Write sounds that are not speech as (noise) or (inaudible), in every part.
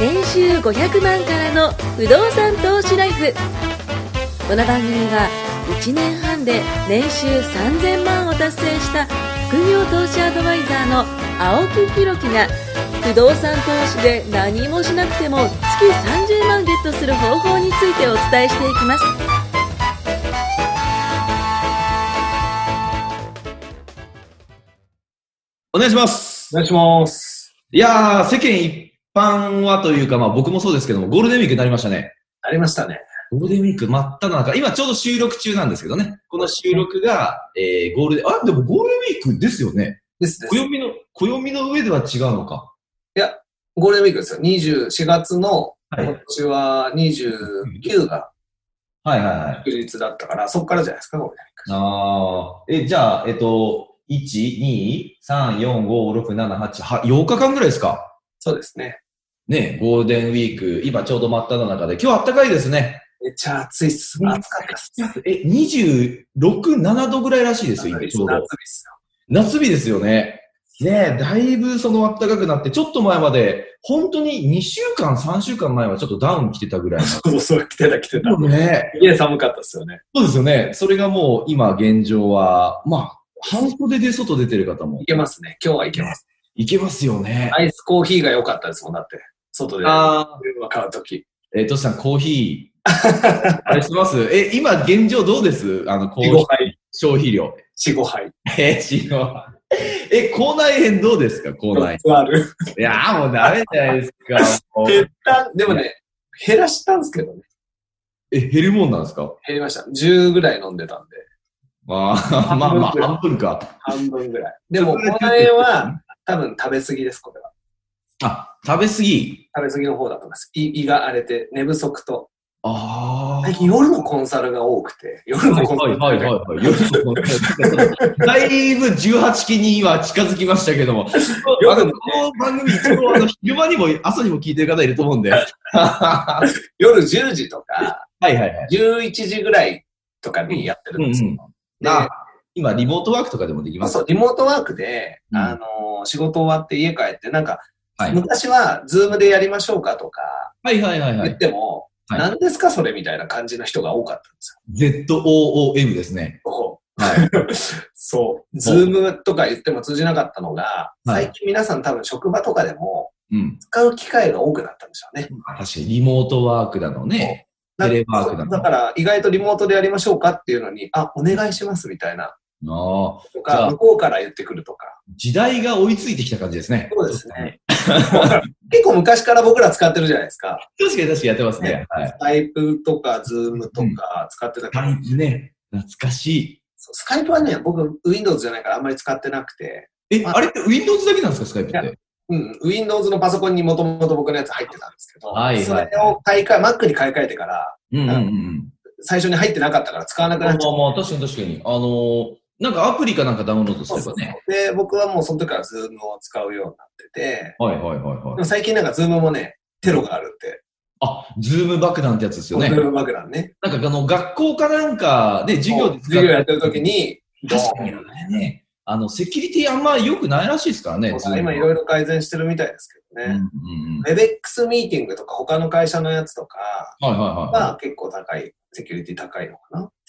年収500万からの不動産投資ライフこの番組は1年半で年収3000万を達成した副業投資アドバイザーの青木弘樹が不動産投資で何もしなくても月30万ゲットする方法についてお伝えしていきますお願いします。お願いします。いやー、世間一般はというか、まあ僕もそうですけども、ゴールデンウィークになりましたね。ありましたね。ゴールデンウィーク真っ只中、今ちょうど収録中なんですけどね。この収録が、えー、ゴールデン、あ、でもゴールデンウィークですよね。ですです。暦の、暦の上では違うのか。ゴールデンウィークですよ。24月の、はい。は今い年は29がはいはい。祝日だったから、そっからじゃないですか、ゴールデンあー、え、じゃあ、えっと、1、2、3、4、5、6、7、8、は8日間ぐらいですか。そうですね。ね、ゴールデンウィーク、今ちょうど真っ只中で、今日あったかいですね。めっちゃ暑いっす。うん暑かったっす。え、26、7度ぐらいらしいですよ、暑今いっちすょう暑いっど。すよ。夏日ですよね。ねえ、だいぶその暖かくなって、ちょっと前まで、本当に2週間、3週間前はちょっとダウン着てたぐらいな。そうそう、来てた来てた。ね、家寒かったっすよね。そうですよね。それがもう今現状は、まあ、半袖で外出てる方もいけますね。今日はいけます。いけますよね。アイスコーヒーが良かったですもん、だって。外で。あ車買うとき。ーえー、トシさん、コーヒー、あれしますえ、今現状どうですあの、コーヒ4、ー5杯。消費量。 4、5杯。えー、しようえ、口内炎どうですか口内炎。ある。いやーもうダメじゃないですか。もう減った、 (laughs) でもね、減らしたんですけどね。 (laughs) え、減るもんなんですか減りました。10ぐらい飲んでたんで。まあ、まあまあ、半分か。半分ぐらい。でも、この辺は、多分食べ過ぎです、これは。あ、食べ過ぎ。食べ過ぎの方だと思います。胃胃が荒れて、寝不足と。あ最近夜のコンサルが多くて、夜のコンサはいル。はいはいはい。よくだいぶ18期には近づきましたけども、よくあのこの番組、一応あの昼間にも朝にも聞いてる方いると思うんで、 (laughs) は夜10時とか、いはいはい。 11時ぐらいとかにやってるんですよ。うんうんであ今、リモートワークとかでもできますそう、リモートワークで、うんあのー仕事終わって家帰って、なんか、はい昔は、ズームでやりましょうかとかはいはいはいは言っい。ても、はい何ですかそれみたいな感じの人が多かったんですよ。 ZOOM ですね。こうはい。 (laughs) そう。ズームとか言っても通じなかったのが、はい最近皆さん多分職場とかでもうん。使う機会が多くなったんでしょうね。確かに、リモートワークだのね。テレワークなのだから意外とリモートでやりましょうかっていうのに、あ、お願いしますみたいなああ、とじゃかあ、向こうから言ってくるとか。 (laughs) 時代が追いついてきた感じですね。そうですね。結構昔から僕ら使ってるじゃないですか。確かに確かにやってますね。はい。スカイプとか、ズームとか使ってたスから、カイプね。懐かしそうスカイプはね、僕 Windows じゃないからあんまり使ってなくて、い。え、ああれって Windows だけなんですか、スカイプっいて。うん、Windows のパソコンにもともと僕のやつ入ってたんですけど、はいはいそれを買い替え、Mac に買い替えてから、うんうんうん。最初に入ってなかったから使わなくまなあっちゃっまあ、確かに確かに。あのー、なんかアプリかなんかダウンロードたすればね。で、僕はもうその時から Zoom を使うようになってて、はいはいはいではもい。最近なんか Zoom もね、テロがあるって、あ、ズーム爆弾ってやつですよね。 Zoom 爆弾ね。なんかあの、学校かなんかで授業で使授業やってる時。に、確かにドーンあれね。あの、セキュリティあんま良くないらしいですからね。そう今いろいろ改善してるみたいですうけんうどんね。うん。ウェベックスミーティングとか他の会社のやつとかはいはは結構高い、セキュリティ高いのかいはい。へな。なん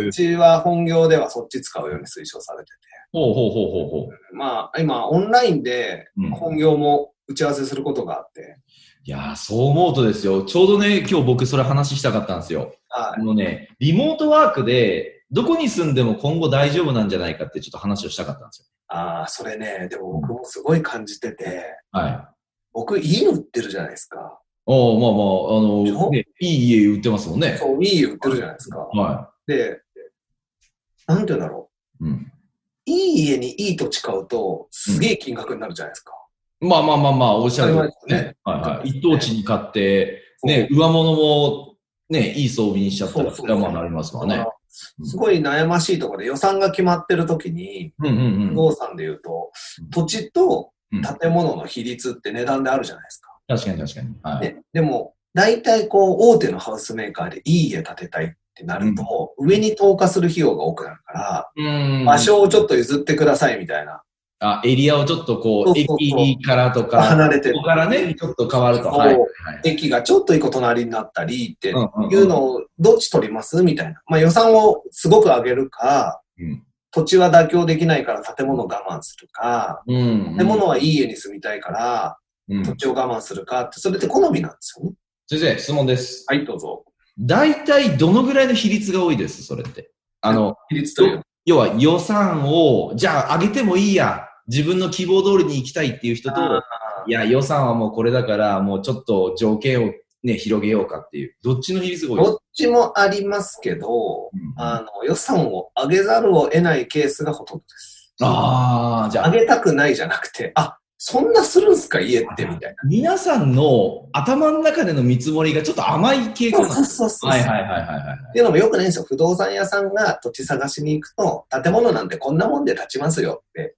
かーうちは本業ではそっち使うように推奨されてて。ほうほうほうほうほう。まあ今オンラインでうん本業も打ち合わせすることがあって、いやー、そう思うとですよ。ちょうどね、今日僕それ話したかったんですよ。はあのね、リモートワークで、どこに住んでも今後大丈夫なんじゃないかってちょっと話をしたかったんですよ。ああ、それね、でも僕もすごい感じてて、はい。僕、家売ってるじゃないですか。おおまあまあ、あの、ね、いい家売ってますもんね。そう、いい家売ってるじゃないですか。はで、なんて言うんだろい。うん。う。いい家にいい土地買うと、すげえ金額になるじゃないですか。まあまあまあまあ、おっしゃる通りです当たり前ですね。はいはい。一等地に買って、ね、上物も、ね、いい装備にしちゃったら、そそうそうれはまあなりますわだねか。らすごい悩ましいところで予算が決まってるときに、うんうん不うん。動産で言うとうん、土地とうん建物の比率って値段であるじゃないですか。確かに確かに。はい。ね、でも、大体こう、大手のハウスメーカーでいい家建てたいってなると、上に投下する費用が多くなるから、うん。場所をちょっと譲ってくださいみたいなあエリアをちょっとこう、そうそうそう駅からとか、離れてこるこからね、ちょっと変わると。そうはい。はい駅がちょっと一個隣になったりってうんうんうんいうのをどっち取りますみたいな。まあ予算をすごく上げるか、うん土地は妥協できないから建物を我慢するか、うんうん建物はいい家に住みたいからうん土地を我慢するかって、それって好みなんですよね。先生、質問です。はい、どうぞ。大体どのぐらいの比率が多いです、それって。あの、比率というか要は予算を、じゃあ上げてもいいや。自分の希望通りに行きたいっていう人と、いや、予算はもうこれだから、もうちょっと条件をね、広げようかっていう。どっちの比率が多いですどっちもありますけど、ああの、予算を上げざるを得ないケースがほとんどです。あー、じゃあ上、げたくないじゃなくて、あ、そんなするんすか家ってみたい皆さんの頭の中での見積もりがちょっと甘い傾な。向そうなんでそうす。そうそう。はいはいはいはいはい。っていうのもよくないんですよ。不動産屋さんが土地探しに行くと、建物なんてこんなもんで建ちますよって、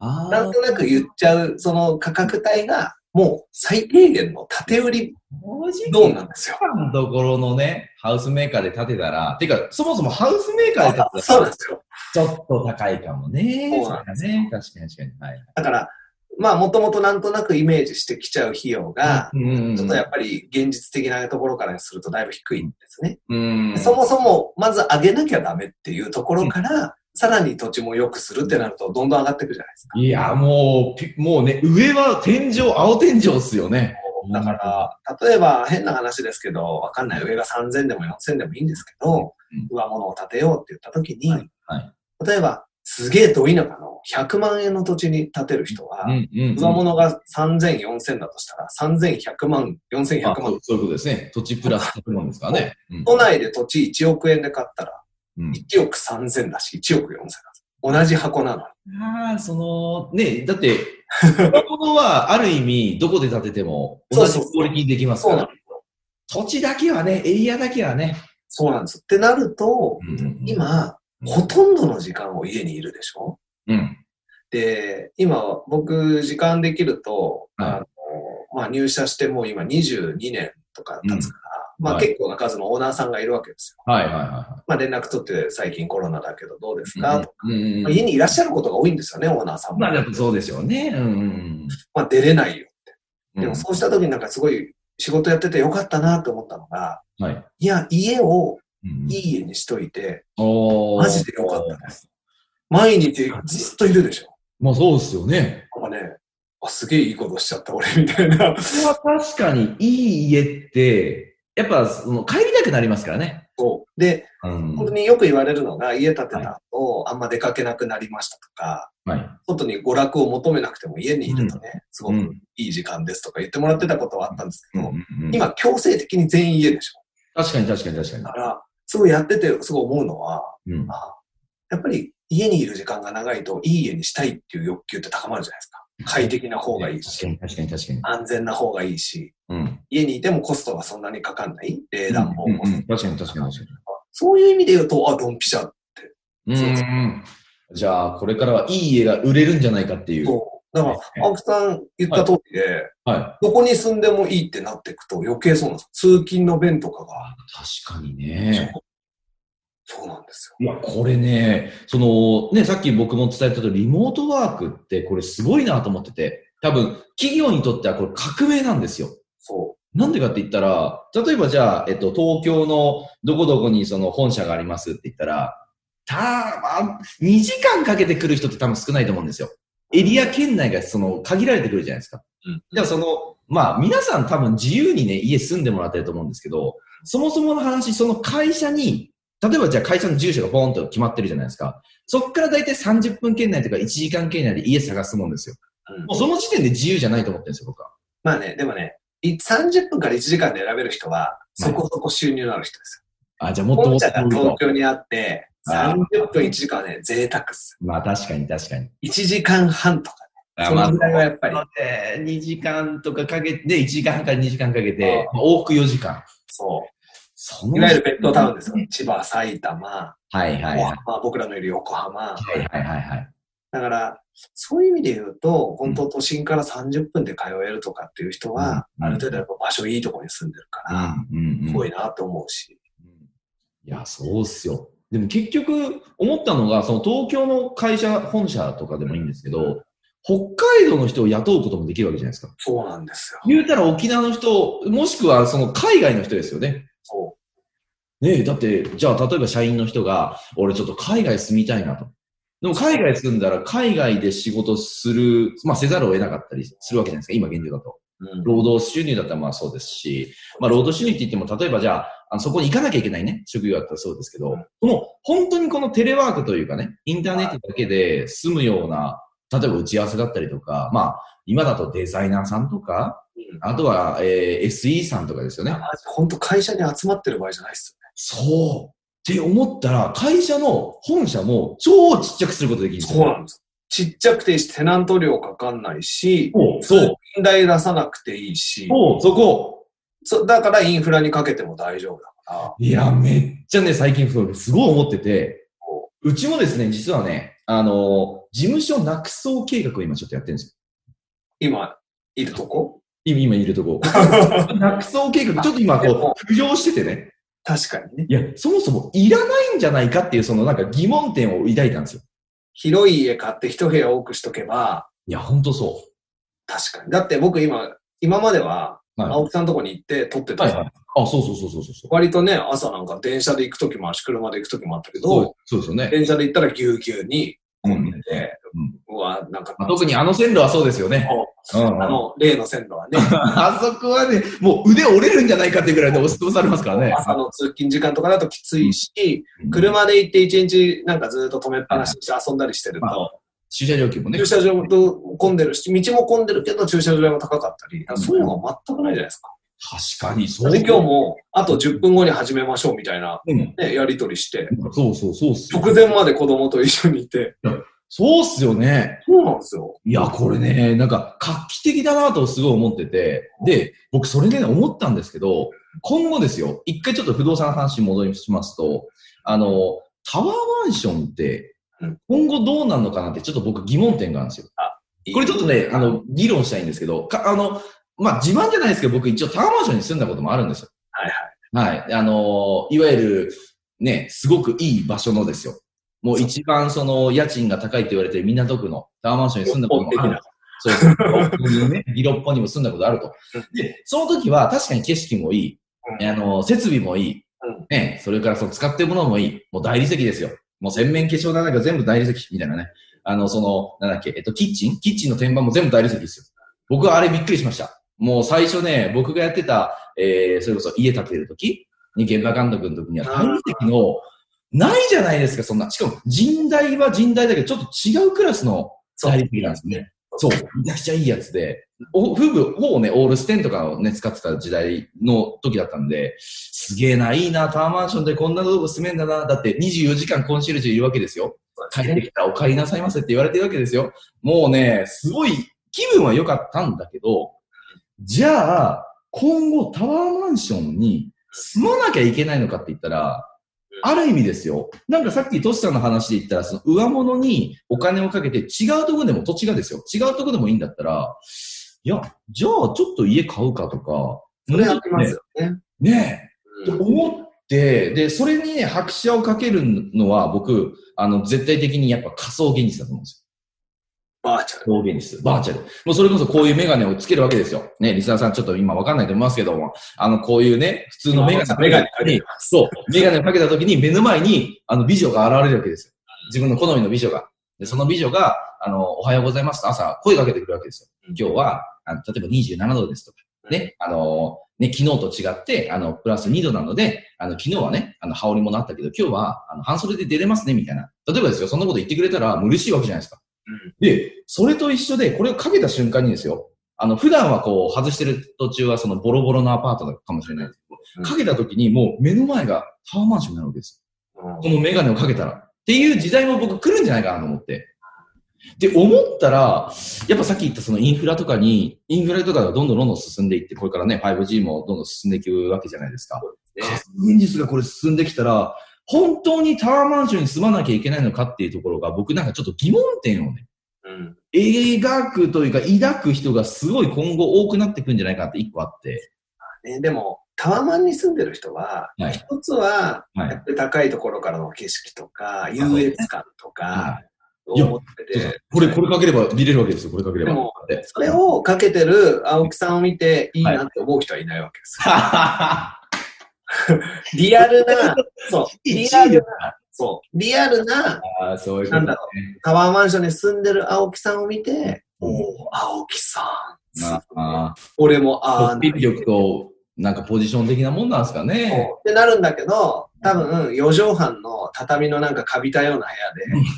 あなんとなく言っちゃう、その価格帯が、もう最低限の建売り文字ゾーンなんですよ。のところのね、ハウスメーカーで建てたら、てか、そもそもハウスメーカーで建てたそうなんら、ですよ。ちょっと高いかもね。そうなんですね。確かに確かに。はい。だから、まあ、もともとなんとなくイメージしてきちゃう費用が、うんうんうんちょっとやっぱり現実的なところからするとだいぶ低いんですね。うん。そもそも、まず上げなきゃダメっていうところから、さらに土地も良くするってなると、どんどん上がっていくじゃないですか。いや、もう、ピもうね、上は天井、青天井っすよね。だから、例えば変な話ですけど、わかんない。上が3000でも4000でもいいんですけどうん、上物を建てようって言った時に、はい例えば、すげえど田舎の100万円の土地に建てる人は、うんうんうん。上物が3000、4000だとしたら、3100万、まあ4100そ万う。そういうことですね。土地プラス建物ですからね。うん都内で土地1億円で買ったら、うん1億3000だし、1億4000だし。同じ箱なのに。ああ、その、ね、だって、建物はある意味、どこで建てても同じそうクそオうリティできますそかうならの。。土地だけはね、エリアだけはね。そうなんです。ってなると、うん、今、ほとんどの時間を家にいるでしょうん。で、今、僕、時間できると、はいあの、まあ、入社してもう今22年とか経つから、まあ、はい結構な数のオーナーさんがいるわけですよ。はいはいはまあ、連絡取って最近コロナだけどどうですいか、はい。とうんうんうんまあ家にいらっしゃることが多いんですよね、オーナーさんも。まあ、やっぱそうですよね。うんうんまあ、出れないよ。うん。でうも、んそうした時になんかすごい仕事やっててよかったなと思ったのが、はい。いや、家をうんうんいい家にしといて、おーマジでよかったです。毎日ずっといるでしょ。まあそうですよね。なんかね、あ、すげえいいことしちゃった、俺、みたいな。これは確かにいい家って、やっぱその帰りたくなりますからね。そうで、うん。本当はによく言われるのが、家建てた後、あんま出かけなくなりましたとか、い。外に娯楽を求めなくても家にいるとね、すごうくん。いい時間ですとか言ってもらってたことはあったんですけうんど、うんうん今強制的に全員家でしょ。確かに確かに確かにだ。から、すごいやってて、すごい思うのは、うん。あやっぱり家にいる時間が長いと、いい家にしたいっていう欲求って高まるじゃないですか。快適な方がいい確かし、に確かに確かに。安全な方がいいし、うん。家にいてもコストがそんなにかかんない。冷暖房もうんうん確かに確かに確かに。そういう意味で言うと、あ、ドンピシャ。うんうんうん。じゃあ、これからはいい家が売れるんじゃないかっていう。そう。だから、青木さん言った通りで、はどこに住んでもいいってなっていくと余計そうなんです。通勤の便とかが。い。確かにね。そうなんですよ。いや、これね、その、ね、さっき僕も伝えたとおり、リモートワークってこれすごいなと思ってて、多分、企業にとってはこれ革命なんですよ。そなんでかって言ったら、例えばじゃあ、えっと、東京のどこどこにその本社がありますって言ったら、たまあ、2時間かけて来る人って多分少ないと思うんですよ。エリア圏内がその限られてくるじゃないですか。うんじゃあその、まあ皆さん多分自由にね、家住んでもらってると思うんですけど、そもそもの話、その会社に、例えばじゃあ会社の住所がボーンと決まってるじゃないですか。そっから大体30分圏内とか1時間圏内で家探すもんですよ。う。うんもうその時点で自由じゃないと思ってるんですよ、僕は。まあね、でもね、い30分から1時間で選べる人は、そこそこ収入のある人ですあ、じゃあもよ。っとも本っと社が東京にあって、あー30分1時間はね、贅沢っす。まあ確かに確かに。 1時間半とかね。そまのあぐらいはやっぱり。 2時間とかかけて、1時間半から2時間かけてあ、まあ往復4時間。そ。そうのいわゆるベッドタウンですよう。千葉、埼玉、はいはいはい。まあ僕らのいる横浜。はいはいはいはい。だから、そういう意味で言うと、本当都心から30分で通えるとかっていう人は、うんある程度やっぱ場所いいところに住んでるから、うんうんすうんごいなと思うし。いや、そうっすよ。でも結局、思ったのが、その東京の会社、本社とかでもいいんですけど、北海道の人を雇うこともできるわけじゃないですか。そうなんですよ。言うたら沖縄の人、もしくはその海外の人ですよね。そねえ、だって、じゃあ、例えば社員の人が、俺ちょっと海外住みたいなと。でも海外住んだら、海外で仕事する、まあせざるを得なかったりするわけじゃないですか、今現状だと。う。うん労働収入だったらまあそうですし、まあ労働収入って言っても、例えばじゃあ、あのそこに行かなきゃいけないね、職業だったらそうですけど、この、本当にこのテレワークというかね、インターネットだけで済むような、例えば打ち合わせだったりとか、まあ、今だとデザイナーさんとか、うんあとは、えー SE さんとかですよね。本当会社に集まってる場合じゃないですそう。って思ったら、会社の本社も超ちっちゃくすることできるんですよ。そうよ。なんです。ちっちゃくていいし、テナント料かかんないし、そう。そう。信頼出さなくていいし、そう、そこ。そだからインフラにかけても大丈夫だから。いや、めっちゃね、最近そう、すごい思ってて、うちもですね、実はね、あのー事務所なくそう計画を今ちょっとやってるんですよ。今、いる (laughs) とこ今、今いるとこ。なくそう計画、ちょっと今でもこう、浮上しててね。確かにね。いや、そもそもいらないんじゃないかっていう、そのなんか疑問点を抱いたんですよ。広い家買って一部屋多くしとけば、いや、ほんとそ確かに。だって僕今、今までは、う。はい。青木さんのとこに行って撮ってた、はいはい。あ、そうそうそうそうそうそう。割とね、朝なんか電車で行くときもあるし、車で行くときもあったけそうど、そうですよね。電車で行ったらぎゅうぎゅうに混んでて、うんうわ、なんか、まあ特にあの線路はそうですよね。うんうんあの、例の線路はね、あそこはね、もう腕折れるんじゃないかってぐらいで押し潰されますからね。朝の通勤時間とかだときついし、うん車で行って一日なんかずっと止めっぱなしにして遊んだりしてると、ま駐車料金もね駐。車場も混んでるし、道も混んでるけど駐車場代も高かったり、そういうのが全くないじゃないですか。確かに、そで、今日も。も、あと10分後に始めましょうみたいな、うんね、やりとりして、そうそうそうっすよ。直前まで子供と一緒にいて、そうっすよね。そうなんですよ。いや、これね、なんか画期的だなとすごい思ってて。で、僕それでね、思ったんですけど、今後ですよ、一回ちょっと不動産の話に戻しますと、あの、タワーマンションってうん、今後どうなるのかなってちょっと僕疑問点があるんですよ。これちょっとね、あの、議論したいんですけど、かあの、まあ、自慢じゃないですけど、僕一応タワーマンションに住んだこともあるんですよ。はいはい。はい。あのー、いわゆる、ね、すごくいい場所のですよ。もう一番その、家賃が高いって言われてる港区のタワーマンションに住んだこともある。そうそう。ね、ギロッポにも住んだことあると。で、その時は確かに景色もいい。うんあの、設備もいい。うんね、それからその使ってるものもいい。もう大理石ですよ。もう洗面化粧台なんか全部大理石みたいなね。あの、その、なんだっけ、えっと、キッチンキッチンの天板も全部大理石ですよ。僕はあれびっくりしました。もう最初ね、僕がやってた、えー、それこそ家建てる時に現場監督の時には大理石の、ないじゃないですか、そんな。しかも、人大は人大だけど、ちょっと違うクラスのそう大理石なんですね。そう。めちゃくちゃいいやつで、お夫婦、ほぼね、オールステンとかをね、使ってた時代の時だったんで、すげえな、いいな、タワーマンションでこんなとこ住めんだな。だって24時間コンシェルジュいるわけですよ。帰ってきたらお帰りなさいませって言われてるわけですよ。もうね、すごい気分は良かったんだけど、じゃあ、今後タワーマンションに住まなきゃいけないのかって言ったら、ある意味ですよ。なんかさっきトシさんの話で言ったら、その上物にお金をかけて違うところでも土地がですよ。違うところでもいいんだったら、いや、じゃあちょっと家買うかとか、それありますよね。ねねえ、うとん思って、で、それにね、拍車をかけるのは、僕、あの、絶対的にやっぱ仮想現実だと思うんですバーチャル。よ。仮想現実、バーチャル。もうそれこそこういうメガネをつけるわけですよ。ね、リスナーさんちょっと今わかんないと思いますけども、あの、こういうね、普通のメガネメガネかけてます。そう、メガネをかけた時に目の前に、あの、美女が現れるわけですよ。自分の好みの美女が。で、その美女が、あの、おはようございますと朝声かけてくるわけですよ。今日は、あの例えば27度ですとか、ね、あのね、昨日と違って、あの、プラス2度なので、あの、昨日はね、あの、羽織物あったけど、今日は、あの、半袖で出れますね、みたいな。例えばですよ、そんなこと言ってくれたら、もう嬉しいわけじゃないですか。うんで、それと一緒で、これをかけた瞬間にですよ、あの、普段はこう、外してる途中は、その、ボロボロのアパートかもしれないですけうんど、かけた時に、もう、目の前がタワーマンションになるわけですよ。うんこのメガネをかけたら。っていう時代も僕来るんじゃないかなと思って。で、思ったら、やっぱさっき言ったそのインフラとかに、インフラとかがどんどんどんどん進んでいって、これからね、5G もどんどん進んでいくわけじゃないですか。ね現実がこれ進んできたら、本当にタワーマンションに住まなきゃいけないのかっていうところが、僕なんかちょっと疑問点をね、うん描くというか抱く人がすごい今後多くなってくんじゃないかなって一個あって。ね、でも、タワマンに住んでる人は、はい一つは、はいやっぱり高いところからの景色とか、優越感とか、は思ってそうそうて、これ、これかければ見れるわけですよ、これかければ。でもでそ (laughs) れをかけてる青木さんを見ていいなって思う人はいないわけですよ。リアルな、 (laughs) そう、リア1位でルな、そう、リアルなああ、そういうこと、ね。なんだろタワーマンションに住んでる青木さんを見て、うんおお、青木さん。まあ、俺もああ、コピー力と、なんかポジション的なもんなんですかね。ってなるんだけど、多分、四畳半の畳のなんかカビたような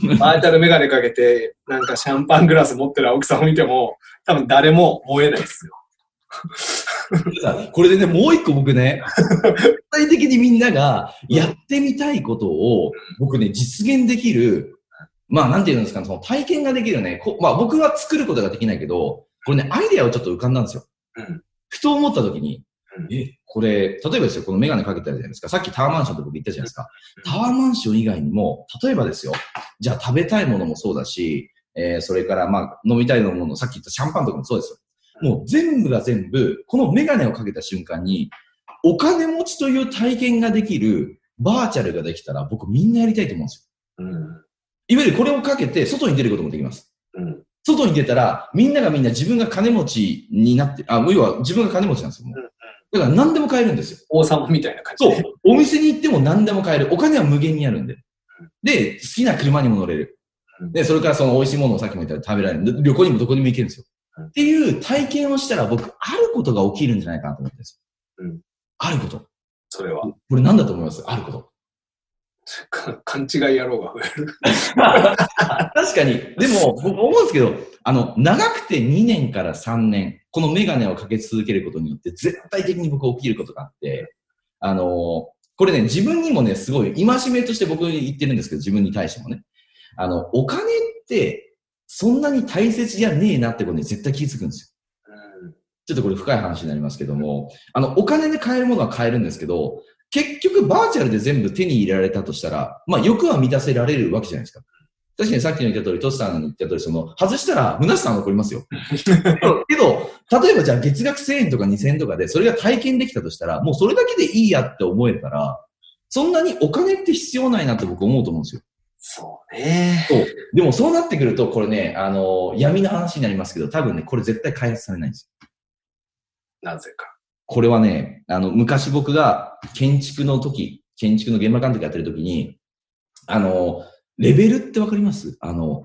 部屋で、バーチャルメガネかけて、なんかシャンパングラス持ってる青木さんを見ても、多分誰も燃えないですよ。これでね、もう一個僕ね、具体的にみんながやってみたいことを、僕ね、実現できる、まあ、なんていうんですかね、その体験ができるね、こまあ、僕は作ることができないけど、これね、アイデアをちょっと浮かんだんですよ。うんふと思った時にうん、え、これ、例えばですよ、このメガネかけてあるじゃないですか。さっきタワーマンションって僕言ったじゃないですか。タワーマンション以外にも、例えばですよ、じゃあ食べたいものもそうだし、えーそれからまあ飲みたいものも、さっき言ったシャンパンとかもそうですよ。もう全部が全部、このメガネをかけた瞬間に、お金持ちという体験ができるバーチャルができたら、僕みんなやりたいと思うんですよ。うん。いわゆるこれをかけて、外に出ることもできます。うん。外に出たら、みんながみんな自分が金持ちになって、あ、要は自分が金持ちなんですよ。もうんうんうだから何でも買えるんですよ。王様みたいな感じそで。う。お店に行っても何でも買える。お金は無限にあるんで。で、好きな車にも乗れる。うんで、それからその美味しいものをさっきも言ったら食べられる。で旅行にもどこにも行けるんですようん。っていう体験をしたら僕、あることが起きるんじゃないかなと思ってるんですよ。うんあること。それは。これ何だと思いますあること。か勘違い野郎が増える。 (laughs) 確かに。でも、僕思うんですけど、あの、長くて2年から3年、このメガネをかけ続けることによって、絶対的に僕起きることがあって、あのーこれね、自分にもね、すごい、戒めとして僕言ってるんですけど、自分に対してもね。あの、お金って、そんなに大切じゃねえなってことに絶対気づくんですよ。ちょっとこれ深い話になりますけども、あの、お金で買えるものは買えるんですけど、結局バーチャルで全部手に入れられたとしたら、まあ欲は満たせられるわけじゃないですか。確かにさっきの言った通り、トシさんの言った通り、その、外したら虚しさは残りますよ。けど、例えばじゃあ月額1000円とか2000円とかで、それが体験できたとしたら、もうそれだけでいいやって思えたら、そんなにお金って必要ないなって僕思うと思うんですよ。そうね。そう。でもそうなってくると、これね、あの、闇の話になりますけど、多分ね、これ絶対開発されないんですよなぜか。これはね、あの、昔僕が建築の時、建築の現場監督やってる時に、あの、レベルってわかりますあの、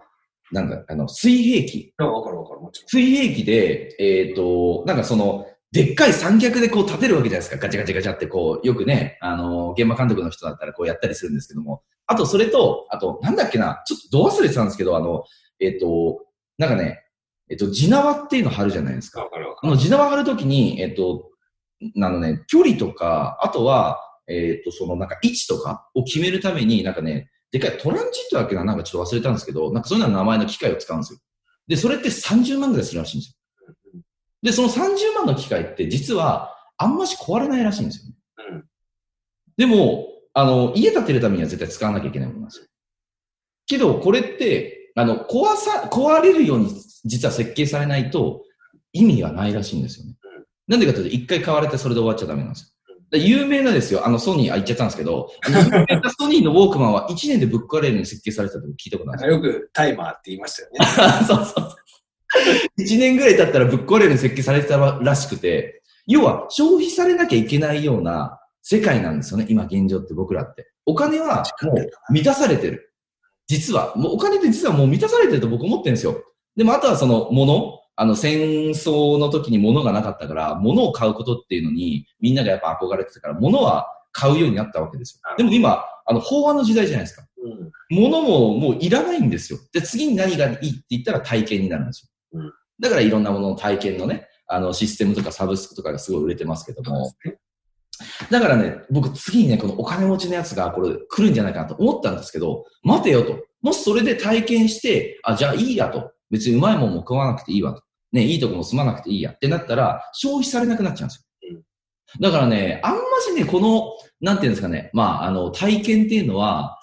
なんか、あの、水平器。あわかるわかる、もちろ水平器で、えっ、と、なんかその、でっかい三脚でこう立てるわけじゃないですか。ガチャガチャガチャってこう、よくね、あの、現場監督の人だったらこうやったりするんですけども。あと、それと、あと、なんだっけな、ちょっとど忘れてたんですけど、あの、えっ、と、なんかね、えっ、と、地縄っていうの貼るじゃないですかん。。わかるわかあの、地縄張るときに、えっと、あのね、距離とか、あとは、えっと、そのなんか位置とかを決めるために、なんかね、でかいトランジットだっけな、なんかちょっと忘れたんですけど、なんかそういうような名前の機械を使うんですよ。で、それって30万ぐらいするらしいんですよ。で、その30万の機械って実は、あんまし壊れないらしいんですよね。る。うん。でも、あの、家建てるためには絶対使わなきゃいけないものなんですよ。けど、これって、あの、壊さ、壊れるように実は設計されないと意味がないらしいんですよねうん。なんでかというと、一回買われてそれで終わっちゃダメなんですよ。で有名なですよ、あのソニー、あ、言っちゃったんですけど、あの有名なソニーのウォークマンは1年でぶっ壊れるように設計されてたと聞いたことあなるんんかですよ。よくタイマーって言いましたよね。そうそうそう。1年ぐらい経ったらぶっ壊れるように設計されてたらしくて、要は消費されなきゃいけないような世界なんですよね、今現状って僕らって。お金はもう満たされてる。実は、もうお金って実はもう満たされてると僕思ってるんですよ。でもあとはその物、あの戦争の時に物がなかったから、物を買うことっていうのにみんながやっぱ憧れてたから、物は買うようになったわけですよ。でも今、あの法案の時代じゃないですか。うん。物ももういらないんですよ。で、次に何がいいって言ったら体験になるんですよ。うんだからいろんなものの体験のね、あのシステムとかサブスクとかがすごい売れてますけどそうでもす、ね。だからね、僕次にね、このお金持ちのやつがこれ来るんじゃないかなと思ったんですけど、待てよと。もしそれで体験して、あ、じゃあいいやと。別にうまいもんも食わなくていいわと。ね、いいとこも住まなくていいやってなったら、消費されなくなっちゃうんですよ。だからね、あんましね、この、なんていうんですかね、まあ、あの、体験っていうのは、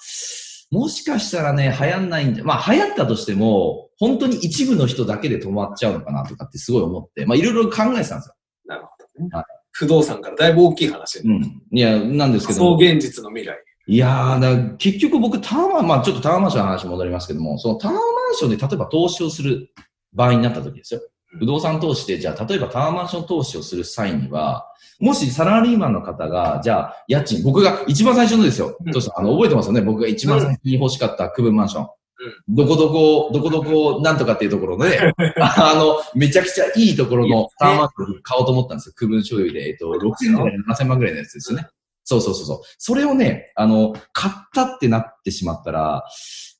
もしかしたらね、流行んないんじゃ、まあ、流行ったとしても、本当に一部の人だけで止まっちゃうのかなとかってすごい思って、まあ、いろいろ考えてたんですよ。なるほどねは。不動産からだいぶ大きい話。うん。いや、なんですけ仮ど。想現実の未来。いやー、だから結局僕、タワーマン、まあちょっとタワーマンションの話戻りますけども、そのタワーマンションで例えば投資をする場合になった時ですよ。不動産投資で、じゃあ、例えばタワーマンション投資をする際には、もしサラリーマンの方が、じゃあ、家賃、僕が一番最初のですよ。うんどうしたあの、覚えてますよね僕が一番最初に欲しかった区分マンション。どこどこ、どこどこ、なんとかっていうところで、 (laughs) あの、めちゃくちゃいいところのタワーマンション買おうと思ったんですよ。区分所有で、えっと、6000万、7000万ぐらいのやつですよね。そうそうそうそう。それをね、あの、買ったってなってしまったら、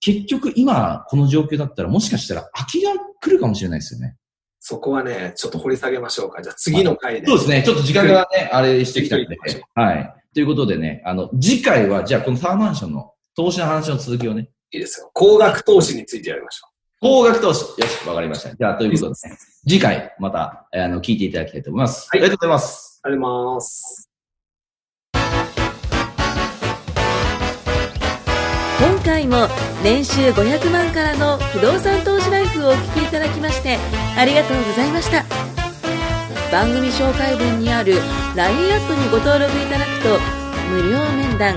結局今、この状況だったら、もしかしたら空きが来るかもしれないですよね。そこはね、ちょっと掘り下げましょうか。じゃあ次の回で。そうですね。ちょっと時間がね、あれしてきたんで。はい。ということでね、あの、次回は、じゃあこのタワーマンションの投資の話の続きをね、いいですよ。高額投資についてやりましょ高額投資。よし、わかりました。じゃあ、ということでね、次回、また、えーあの、聞いていただきたいと思います。はいありがとうございます。う。ありがとうございます。今回も年収500万からの不動産投資ライフをお聞きいただきましてありがとうございました番組紹介文にある LINE アップにご登録いただくと無料面談